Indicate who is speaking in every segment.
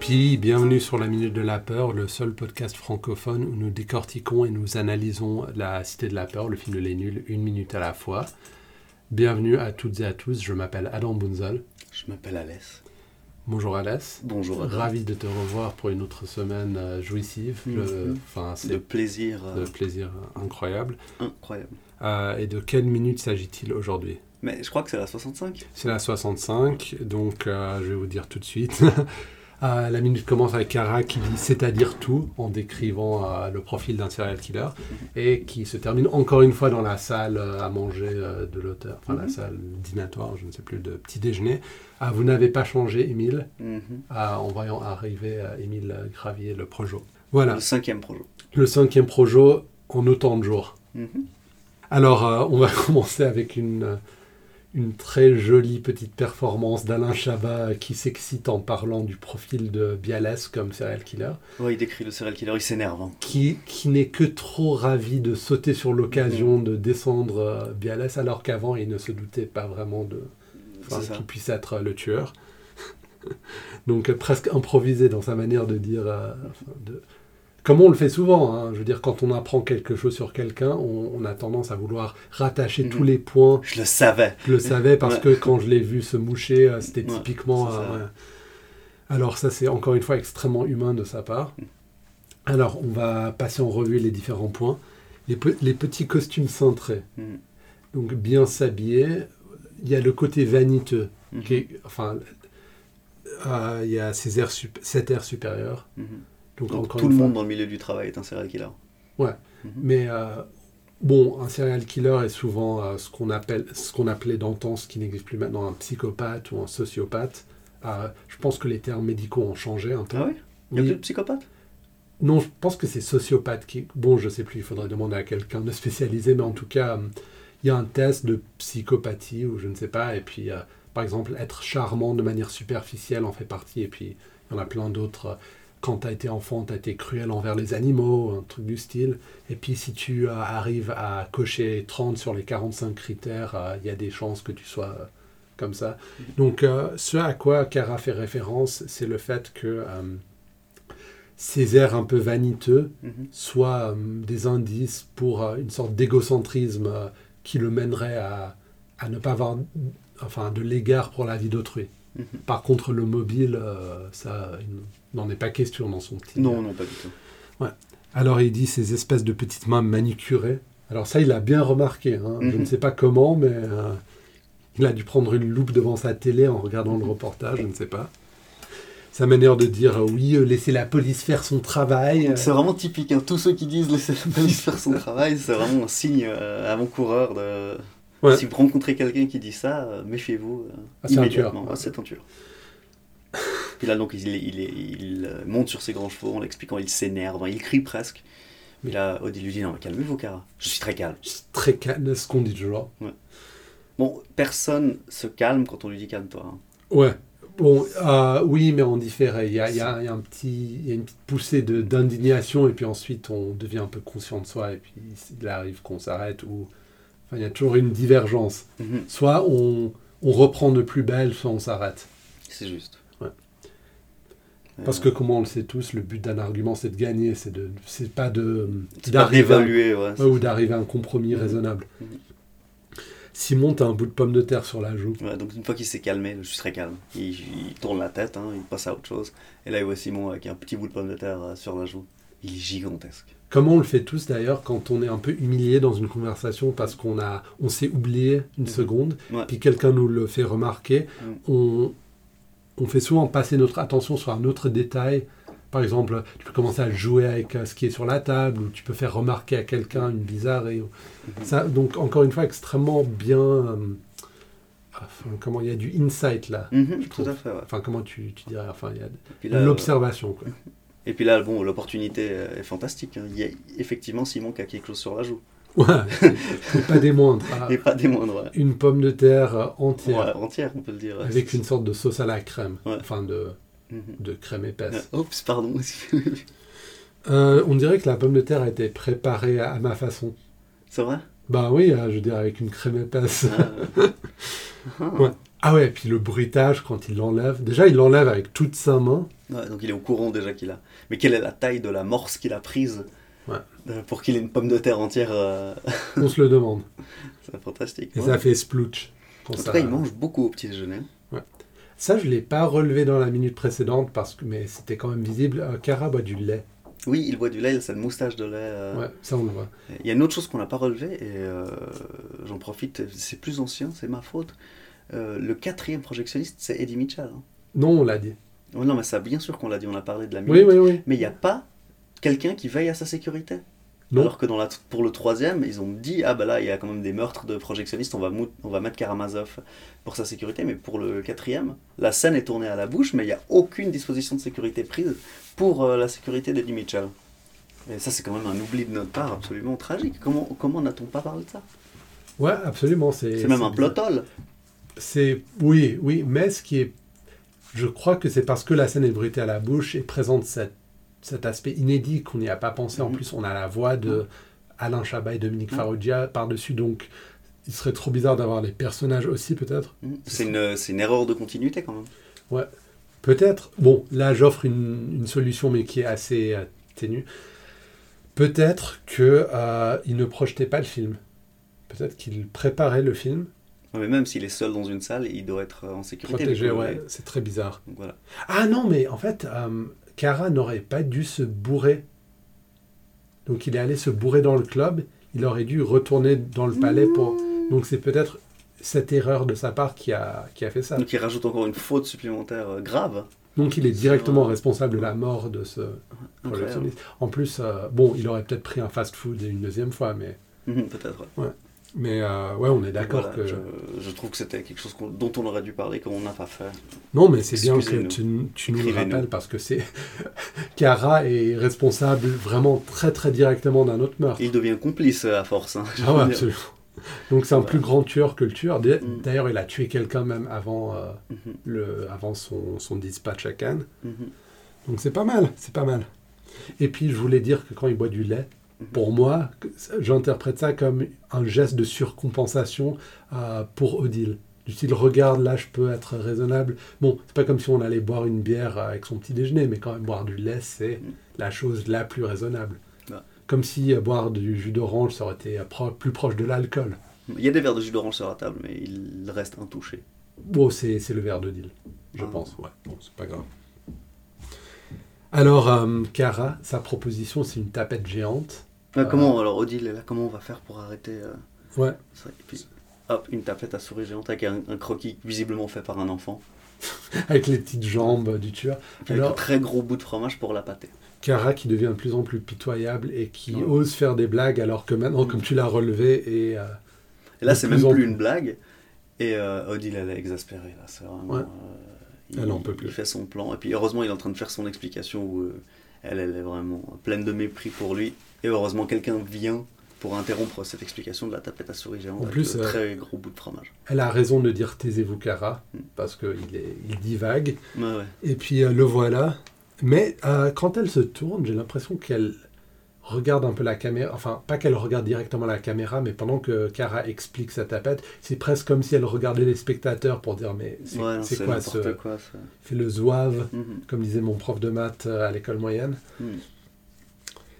Speaker 1: Pi, bienvenue sur la Minute de la Peur, le seul podcast francophone où nous décortiquons et nous analysons La Cité de la Peur, le film de Les Nuls, une minute à la fois. Bienvenue à toutes et à tous, je m'appelle Adam Bunzel.
Speaker 2: Je m'appelle Alès.
Speaker 1: Bonjour Alès.
Speaker 2: Bonjour Adam.
Speaker 1: Ravi de te revoir pour une autre semaine euh, jouissive. Le-
Speaker 2: Mhm.
Speaker 1: Enfin, c'est
Speaker 2: De plaisir euh,
Speaker 1: de plaisir incroyable.
Speaker 2: incroyable.
Speaker 1: Euh, et de quelle minute s'agit-il aujourd'hui
Speaker 2: Mais je crois que c'est la 65.
Speaker 1: C'est la 65, donc euh, je vais vous dire tout de suite. Euh, la minute commence avec Kara qui dit c'est-à-dire tout en décrivant euh, le profil d'un serial killer et qui se termine encore une fois dans la salle euh, à manger euh, de l'auteur, enfin la
Speaker 2: Mhm.
Speaker 1: salle dînatoire, je ne sais plus, de petit déjeuner. Ah, vous n'avez pas changé, Émile,
Speaker 2: Mhm.
Speaker 1: ah, en voyant arriver euh, Émile euh, Gravier, le projo. Voilà,
Speaker 2: Le cinquième projet.
Speaker 1: le cinquième projo en autant de jours.
Speaker 2: Mhm.
Speaker 1: Alors, euh, on va commencer avec une, euh, une très jolie petite performance d'Alain Chabat euh, qui s'excite en parlant du profil de Bialès comme serial killer,
Speaker 2: Ouais, Oh, il décrit le serial killer, il s'énerve. hein.
Speaker 1: qui, qui n'est que trop ravi de sauter sur
Speaker 2: Mhm.
Speaker 1: l'occasion de descendre euh, Bialès, alors qu'avant, il ne se doutait pas vraiment de enfin,
Speaker 2: C'est ça.
Speaker 1: qu'il puisse être euh, le tueur. Donc, euh, presque improvisé dans sa manière de dire... euh, enfin, de- Comme on le fait souvent, hein, je veux dire, quand on apprend quelque chose sur quelqu'un, on, on a tendance à vouloir rattacher tous
Speaker 2: Mhm.
Speaker 1: les points
Speaker 2: Je le savais.
Speaker 1: je le savais parce
Speaker 2: Ouais.
Speaker 1: que quand je l'ai vu se moucher, euh, c'était
Speaker 2: Ouais,
Speaker 1: typiquement.
Speaker 2: c'est ça.
Speaker 1: euh, ouais. Alors, ça, c'est encore une fois extrêmement humain de sa part.
Speaker 2: Mm.
Speaker 1: Alors, on va passer en revue les différents points. Les, pe- les petits costumes cintrés,
Speaker 2: Mhm.
Speaker 1: donc bien s'habiller. Il y a le côté vaniteux,
Speaker 2: Mhm. Mm.
Speaker 1: qui est- enfin, euh, il y a ces airs sup- cet air supérieur.
Speaker 2: Mhm.
Speaker 1: Donc,
Speaker 2: Donc,
Speaker 1: encore
Speaker 2: tout
Speaker 1: une
Speaker 2: le
Speaker 1: fois-
Speaker 2: monde dans le milieu du travail est un serial killer.
Speaker 1: Mais euh, bon, un serial killer est souvent euh, ce qu'on appelle, ce qu'on appelait d'antan, ce qui n'existe plus maintenant, un psychopathe ou un sociopathe. Euh, je pense que les termes médicaux ont changé un temps.
Speaker 2: Ah ouais Il y a
Speaker 1: Oui.
Speaker 2: plus de psychopathes
Speaker 1: Non, je pense que c'est sociopathe qui. Bon, je sais plus, il faudrait demander à quelqu'un de spécialisé, mais en tout cas, euh, il y a un test de psychopathie ou je ne sais pas. Et puis, euh, par exemple, être charmant de manière superficielle en fait partie. Et puis, il y en a plein d'autres. euh, Quand tu as été enfant, tu as été cruel envers les animaux, un truc du style. Et puis, si tu euh, arrives à cocher 30 sur les 45 critères, euh, il y a des chances que tu sois euh, comme ça. Donc, euh, ce à quoi Cara fait référence, c'est le fait que euh, ces airs un peu vaniteux
Speaker 2: Mhm.
Speaker 1: soient euh, des indices pour euh, une sorte d'égocentrisme euh, qui le mènerait à, à ne pas avoir enfin, de l'égard pour la vie d'autrui.
Speaker 2: Mhm.
Speaker 1: Par contre, le mobile, euh, ça il n'en est pas question dans son petit.
Speaker 2: Non, non, pas du tout.
Speaker 1: Alors il dit ces espèces de petites mains manicurées. Alors ça, il a bien remarqué. hein. Je
Speaker 2: Mhm.
Speaker 1: ne sais pas comment, mais euh, il a dû prendre une loupe devant sa télé en regardant
Speaker 2: Mhm.
Speaker 1: le reportage, je ne sais pas. Sa manière de dire euh, oui, euh, laissez la police faire son travail. euh,
Speaker 2: C'est vraiment typique. hein. Tous ceux qui disent laissez la police faire son travail, c'est vraiment un signe euh, avant-coureur de.
Speaker 1: Ouais.
Speaker 2: Si vous rencontrez quelqu'un qui dit ça, euh, méfiez-vous euh,
Speaker 1: Ah, c'est un
Speaker 2: immédiatement.
Speaker 1: tueur.
Speaker 2: Ah, C'est un tueur. Puis là, donc, il, est- il, est- il, euh, monte sur ses grands chevaux en l'expliquant, il s'énerve, hein, il crie presque. Mais là, Odile lui dit Non, mais calmez-vous, Cara. Je suis très calme.
Speaker 1: c'est Très calme, ce qu'on dit toujours.
Speaker 2: Bon, personne se calme quand on lui dit calme-toi. hein.
Speaker 1: Ouais. Bon, euh, oui, mais en différé. Il y a, il y a- il y a un petit, il y a une petite poussée de- d'indignation, et puis ensuite on devient un peu conscient de soi, et puis il arrive qu'on s'arrête, ou. Enfin, il y a toujours une divergence.
Speaker 2: Mhm,
Speaker 1: Soit on, on reprend de plus belle, soit on s'arrête.
Speaker 2: C'est juste.
Speaker 1: Ouais.
Speaker 2: Euh,
Speaker 1: Parce que, comme on le sait tous, le but d'un argument, c'est de gagner, c'est de, c'est pas de
Speaker 2: c'est pas
Speaker 1: d'arriver à-
Speaker 2: d'évaluer, ouais.
Speaker 1: ouais, ou d'arriver à un compromis
Speaker 2: Mhm.
Speaker 1: raisonnable.
Speaker 2: Mhm.
Speaker 1: Simon, t'as un bout de pomme de terre sur la joue.
Speaker 2: Ouais, donc une fois qu'il s'est calmé, je suis très calme. Il, il tourne la tête, hein, il passe à autre chose. Et là, il voit Simon avec un petit bout de pomme de terre euh, sur la joue. Il est gigantesque.
Speaker 1: Comme on le fait tous d'ailleurs quand on est un peu humilié dans une conversation parce qu'on a, on s'est oublié une
Speaker 2: Mhm.
Speaker 1: seconde,
Speaker 2: Ouais.
Speaker 1: puis quelqu'un nous le fait remarquer,
Speaker 2: Mhm.
Speaker 1: on, on fait souvent passer notre attention sur un autre détail. Par exemple, tu peux commencer à jouer avec euh, ce qui est sur la table, ou tu peux faire remarquer à quelqu'un une bizarrerie. Ça, donc encore une fois, extrêmement bien. euh, enfin, comment il y a du insight là.
Speaker 2: Mhm,
Speaker 1: Je
Speaker 2: tout
Speaker 1: trouve.
Speaker 2: à fait, ouais.
Speaker 1: Enfin, comment tu, tu dirais Enfin, il y a de
Speaker 2: Puis là, euh,
Speaker 1: l'observation. quoi.
Speaker 2: Et puis là, bon, l'opportunité euh, est fantastique. hein. Il y a effectivement Simon qui a quelque chose sur la joue.
Speaker 1: Ouais, c'est- c'est pas des moindres. Ah,
Speaker 2: Et pas des moindres. ouais.
Speaker 1: une pomme de terre euh, entière.
Speaker 2: Ouais, entière, on peut le dire.
Speaker 1: Avec une sorte de sauce à la crème,
Speaker 2: Ouais.
Speaker 1: enfin de,
Speaker 2: Mhm.
Speaker 1: de crème
Speaker 2: Euh,
Speaker 1: épaisse.
Speaker 2: Oups, pardon.
Speaker 1: Euh, on dirait que la pomme de terre a été préparée à, à ma façon.
Speaker 2: C'est vrai
Speaker 1: Bah oui, euh, je veux dire, avec une crème épaisse.
Speaker 2: Ah. Ah.
Speaker 1: Ouais. Ah ouais, puis le bruitage quand il l'enlève. Déjà, il l'enlève avec toute sa main.
Speaker 2: Ouais, donc il est au courant déjà qu'il a. Mais quelle est la taille de la morse qu'il a prise
Speaker 1: Ouais.
Speaker 2: euh, pour qu'il ait une pomme de terre entière euh,
Speaker 1: On se le demande.
Speaker 2: C'est fantastique.
Speaker 1: Et
Speaker 2: ouais.
Speaker 1: ça fait splouch. quand
Speaker 2: en tout
Speaker 1: ça-
Speaker 2: cas, il mange beaucoup au petit déjeuner.
Speaker 1: Ça, je l'ai pas relevé dans la minute précédente, parce que, mais c'était quand même visible. Euh, Cara boit du lait.
Speaker 2: Oui, il boit du lait, il a cette moustache de lait. euh,
Speaker 1: Ouais, ça, on le voit.
Speaker 2: Il y a une autre chose qu'on n'a pas relevée, et euh, j'en profite, c'est plus ancien, c'est ma faute. Euh, le quatrième projectionniste, c'est Eddie Mitchell. hein.
Speaker 1: Non, on l'a dit.
Speaker 2: Oh non, mais ça, bien sûr qu'on l'a dit, on a parlé de la minute.
Speaker 1: Oui, oui, oui.
Speaker 2: Mais il n'y a pas quelqu'un qui veille à sa sécurité.
Speaker 1: Non.
Speaker 2: Alors que dans la, pour le troisième, ils ont dit Ah, bah là, il y a quand même des meurtres de projectionnistes, on va, mou- on va mettre Karamazov pour sa sécurité. Mais pour le quatrième, la scène est tournée à la bouche, mais il n'y a aucune disposition de sécurité prise pour euh, la sécurité d'Eddie Mitchell. Et ça, c'est quand même un oubli de notre part absolument tragique. Comment, comment n'a-t-on pas parlé de ça
Speaker 1: Ouais, absolument. C'est
Speaker 2: C'est même un plot
Speaker 1: bizarre.
Speaker 2: hole.
Speaker 1: C'est oui, oui, mais ce qui est, je crois que c'est parce que la scène est bruitée à la bouche et présente cette- cet aspect inédit qu'on n'y a pas pensé. En
Speaker 2: Mhm.
Speaker 1: plus, on a la voix de Alain Chabat et Dominique
Speaker 2: Mhm.
Speaker 1: Farrugia par-dessus, donc il serait trop bizarre d'avoir les personnages aussi, peut-être.
Speaker 2: Mm. C'est une, c'est une erreur de continuité quand même.
Speaker 1: Peut-être. Bon, là, j'offre une, une solution, mais qui est assez euh, ténue. Peut-être que euh, il ne projetait pas le film. Peut-être qu'il préparait le film,
Speaker 2: Ouais, Mais même s'il est seul dans une salle, il doit être euh, en sécurité.
Speaker 1: protégé.
Speaker 2: mais comme-
Speaker 1: Ouais, c'est très bizarre.
Speaker 2: Donc voilà.
Speaker 1: Ah non, mais en fait, euh, Cara n'aurait pas dû se bourrer. Donc il est allé se bourrer dans le club. Il aurait dû retourner dans le palais pour. Donc c'est peut-être cette erreur de sa part qui a, qui a fait ça.
Speaker 2: Donc il rajoute encore une faute supplémentaire euh, grave.
Speaker 1: Donc il est directement responsable de la mort de ce projectionniste. En plus, euh, bon, il aurait peut-être pris un fast-food une deuxième fois, mais,
Speaker 2: Mhm, Peut-être. ouais.
Speaker 1: mais euh, ouais, on est d'accord
Speaker 2: Voilà,
Speaker 1: que.
Speaker 2: je, je trouve que c'était quelque chose qu'on- dont on aurait dû parler, qu'on n'a pas fait.
Speaker 1: Non, mais c'est bien que
Speaker 2: Excusez-nous.
Speaker 1: tu, tu nous le
Speaker 2: Écrivez-nous.
Speaker 1: rappelles parce que c'est. Cara est responsable vraiment très très directement d'un autre meurtre.
Speaker 2: Il devient complice euh, à force. hein, je
Speaker 1: Ah ouais,
Speaker 2: veux dire.
Speaker 1: absolument. Donc c'est un
Speaker 2: Voilà.
Speaker 1: plus grand tueur que le tueur. D'a-
Speaker 2: Mm.
Speaker 1: D'ailleurs, il a tué quelqu'un même avant, euh,
Speaker 2: Mhm,
Speaker 1: le, avant son, son dispatch à Cannes.
Speaker 2: mhm.
Speaker 1: Donc c'est pas mal, c'est pas mal. Et puis je voulais dire que quand il boit du lait,
Speaker 2: Mhm.
Speaker 1: pour moi, que- j'interprète ça comme un geste de surcompensation euh, pour Odile. Du style, regarde, là je peux être raisonnable. Bon, c'est pas comme si on allait boire une bière euh, avec son petit déjeuner, mais quand même boire du lait, c'est
Speaker 2: Mhm.
Speaker 1: la chose la plus raisonnable.
Speaker 2: Ouais.
Speaker 1: Comme si euh, boire du jus d'orange, ça aurait été euh, pro- plus proche de l'alcool.
Speaker 2: Il y a des verres de jus d'orange sur la table, mais il reste intouché.
Speaker 1: Bon, c'est c'est le verre de deal, je
Speaker 2: Ah.
Speaker 1: pense. Ouais, bon, c'est pas grave. Alors, euh, Cara, sa proposition, c'est une tapette géante.
Speaker 2: Mais
Speaker 1: Ah.
Speaker 2: Euh, Comment alors Odile est là Comment on va faire pour arrêter euh,
Speaker 1: Ouais.
Speaker 2: ça Et puis hop, une tapette à souris géante avec un, un croquis visiblement fait par un enfant.
Speaker 1: Avec les petites jambes du tueur.
Speaker 2: Puis avec
Speaker 1: Alors-
Speaker 2: un très gros bout de fromage pour la pâter.
Speaker 1: Cara qui devient de plus en plus pitoyable et qui
Speaker 2: Ouais.
Speaker 1: ose faire des blagues alors que maintenant,
Speaker 2: Mm.
Speaker 1: comme tu l'as relevé, et euh,
Speaker 2: Et là,
Speaker 1: De
Speaker 2: c'est
Speaker 1: plus
Speaker 2: même
Speaker 1: en
Speaker 2: plus
Speaker 1: plus.
Speaker 2: une blague. Et euh, Odile, elle est exaspérée. Là. C'est vraiment,
Speaker 1: Ouais.
Speaker 2: euh, il,
Speaker 1: Elle en peut
Speaker 2: il
Speaker 1: plus.
Speaker 2: fait son plan. Et puis, heureusement, il est en train de faire son explication où euh, elle, elle est vraiment pleine de mépris pour lui. Et heureusement, quelqu'un vient pour interrompre cette explication de la tapette à souris géante.
Speaker 1: En
Speaker 2: avec
Speaker 1: plus,
Speaker 2: de
Speaker 1: euh,
Speaker 2: très gros bout de fromage.
Speaker 1: elle a raison de dire taisez-vous, Cara,
Speaker 2: Mm.
Speaker 1: parce qu'il il divague.
Speaker 2: Ouais, ouais.
Speaker 1: Et puis euh, le voilà. Mais euh, quand elle se tourne, j'ai l'impression qu'elle regarde un peu la caméra. Enfin, pas qu'elle regarde directement la caméra, mais pendant que Cara explique sa tapette, c'est presque comme si elle regardait les spectateurs pour dire Mais c'est
Speaker 2: Ouais, non,
Speaker 1: c'est quoi
Speaker 2: n'importe
Speaker 1: ce.
Speaker 2: quoi, ça.
Speaker 1: Fait le zouave,
Speaker 2: Mhm.
Speaker 1: comme disait mon prof de maths euh, à l'école moyenne.
Speaker 2: Mm.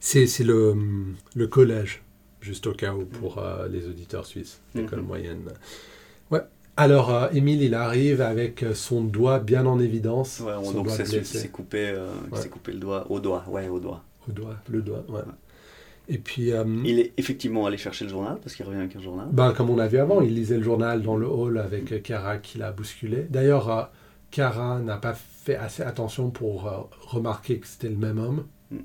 Speaker 1: C'est c'est le, hum, le collège, juste au cas
Speaker 2: Hmm.
Speaker 1: où pour euh, les auditeurs suisses, l'école
Speaker 2: Mhm.
Speaker 1: moyenne. Ouais. Alors, euh, Émile, il arrive avec euh, son doigt bien en évidence.
Speaker 2: Ouais, on-
Speaker 1: son
Speaker 2: donc,
Speaker 1: doigt
Speaker 2: c'est celui qui
Speaker 1: blessé.
Speaker 2: s'est coupé, euh, qui
Speaker 1: Ouais.
Speaker 2: s'est coupé le doigt, au doigt. Ouais, au doigt.
Speaker 1: Au doigt, le doigt, ouais.
Speaker 2: Ouais.
Speaker 1: Et puis, euh,
Speaker 2: Il est effectivement allé chercher le journal parce qu'il revient avec un journal.
Speaker 1: ben, comme on l'a vu avant, il lisait le journal dans le hall avec euh, Cara qui l'a bousculé. D'ailleurs, euh, Cara n'a pas fait assez attention pour euh, remarquer que c'était le même homme.
Speaker 2: Mm.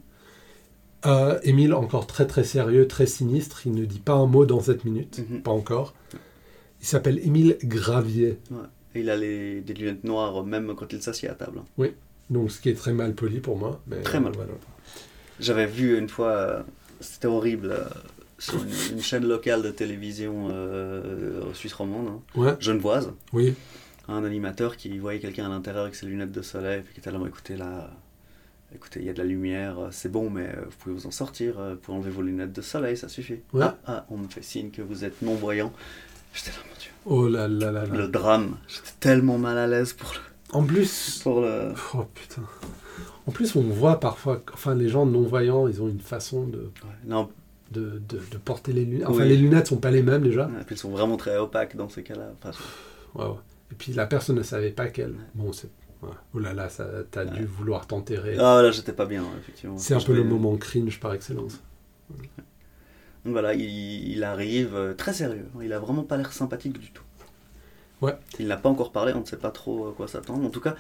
Speaker 1: Euh, Émile, encore très très sérieux, très sinistre, il ne dit pas un mot dans cette minute,
Speaker 2: Mhm.
Speaker 1: pas encore. Il s'appelle Émile Gravier,
Speaker 2: Et il a les, des lunettes noires même quand il s'assied à table. hein.
Speaker 1: donc ce qui est très mal poli pour moi. mais, euh,
Speaker 2: Très mal.
Speaker 1: voilà.
Speaker 2: J'avais vu une fois, euh, c'était horrible, euh, sur une, une chaîne locale de télévision euh, suisse romande, hein,
Speaker 1: Ouais,
Speaker 2: genevoise,
Speaker 1: oui,
Speaker 2: un animateur qui voyait quelqu'un à l'intérieur avec ses lunettes de soleil, puis qui était là, Bon, écoutez là, euh, écoutez, il y a de la lumière, euh, c'est bon, mais euh, vous pouvez vous en sortir, euh, vous pouvez enlever vos lunettes de soleil, ça suffit.
Speaker 1: Ouais.
Speaker 2: Ah, ah, on me fait signe que vous êtes non-voyant. J'étais là, mon Dieu.
Speaker 1: Oh là là là là.
Speaker 2: Le drame. J'étais tellement mal à l'aise pour le.
Speaker 1: En plus,
Speaker 2: Pour le...
Speaker 1: oh putain. En plus, on voit parfois, qu- enfin, les gens non voyants, ils ont une façon de,
Speaker 2: Ouais. Non,
Speaker 1: de, de, de porter les lunettes. Enfin,
Speaker 2: Oui.
Speaker 1: les lunettes sont pas les mêmes déjà.
Speaker 2: et puis ils sont vraiment très opaques dans ces cas-là. Enfin,
Speaker 1: Ouais, ouais. Et puis la personne ne savait pas qu'elle. Bon, c'est. ouais. Oh là là, ça- t'as dû vouloir t'enterrer.
Speaker 2: Ah là, j'étais pas bien, effectivement.
Speaker 1: c'est un
Speaker 2: Je
Speaker 1: peu le
Speaker 2: vais-
Speaker 1: moment cringe par excellence.
Speaker 2: Donc voilà, il, il arrive euh, très sérieux. Il a vraiment pas l'air sympathique du tout.
Speaker 1: Ouais.
Speaker 2: Il n'a pas encore parlé, on ne sait pas trop à quoi s'attendre. En tout cas,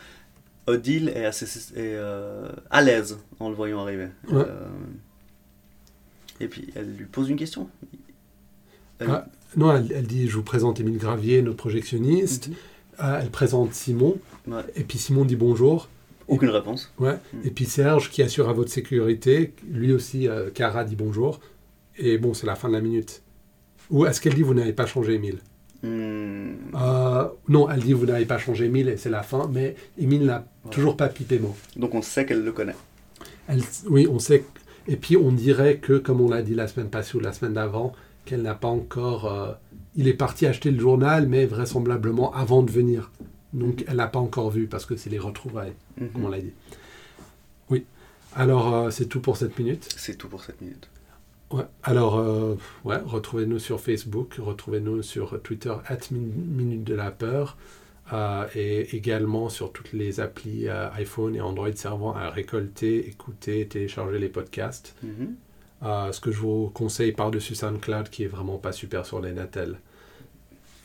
Speaker 2: Odile est assez est, euh, à l'aise en le voyant arriver.
Speaker 1: Ouais.
Speaker 2: Euh, et puis elle lui pose une question. Elle-
Speaker 1: Ah, Non, elle, elle dit Je vous présente Émile Gravier, notre projectionniste.
Speaker 2: Mhm.
Speaker 1: Ah, elle présente Simon.
Speaker 2: Ouais.
Speaker 1: Et puis Simon dit bonjour.
Speaker 2: Aucune réponse.
Speaker 1: Ouais.
Speaker 2: Mhm.
Speaker 1: Et puis Serge, qui assure à votre sécurité, lui aussi, euh, Cara dit bonjour. Et bon, c'est la fin de la minute. Ou est-ce qu'elle dit Vous n'avez pas changé, Émile
Speaker 2: Hmm,
Speaker 1: Euh, Non, elle dit Vous n'avez pas changé, Émile, et c'est la fin. Mais Émile n'a
Speaker 2: Ouais.
Speaker 1: toujours pas pipé mot.
Speaker 2: Donc on sait qu'elle le connaît.
Speaker 1: Elle- oui, on sait. Et puis on dirait que, comme on l'a dit la semaine passée ou la semaine d'avant, qu'elle n'a pas encore. euh, il est parti acheter le journal, mais vraisemblablement avant de venir. Donc elle n'a pas encore vu parce que c'est les retrouvailles,
Speaker 2: Mhm.
Speaker 1: comme on l'a dit. Oui. Alors euh, c'est tout pour cette minute.
Speaker 2: C'est tout pour cette minute.
Speaker 1: Ouais. Alors euh, ouais, retrouvez-nous sur Facebook, retrouvez-nous sur Twitter minute de la peur. euh, et également sur toutes les applis euh, iPhone et Android servant à récolter, écouter, télécharger les podcasts.
Speaker 2: Mhm.
Speaker 1: Euh, ce que je vous conseille par-dessus SoundCloud, qui est vraiment pas super sur les Natel.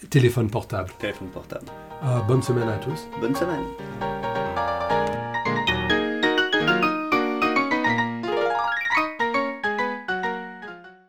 Speaker 1: Téléphone portable.
Speaker 2: Téléphone portable.
Speaker 1: Euh, bonne semaine à tous.
Speaker 2: Bonne semaine.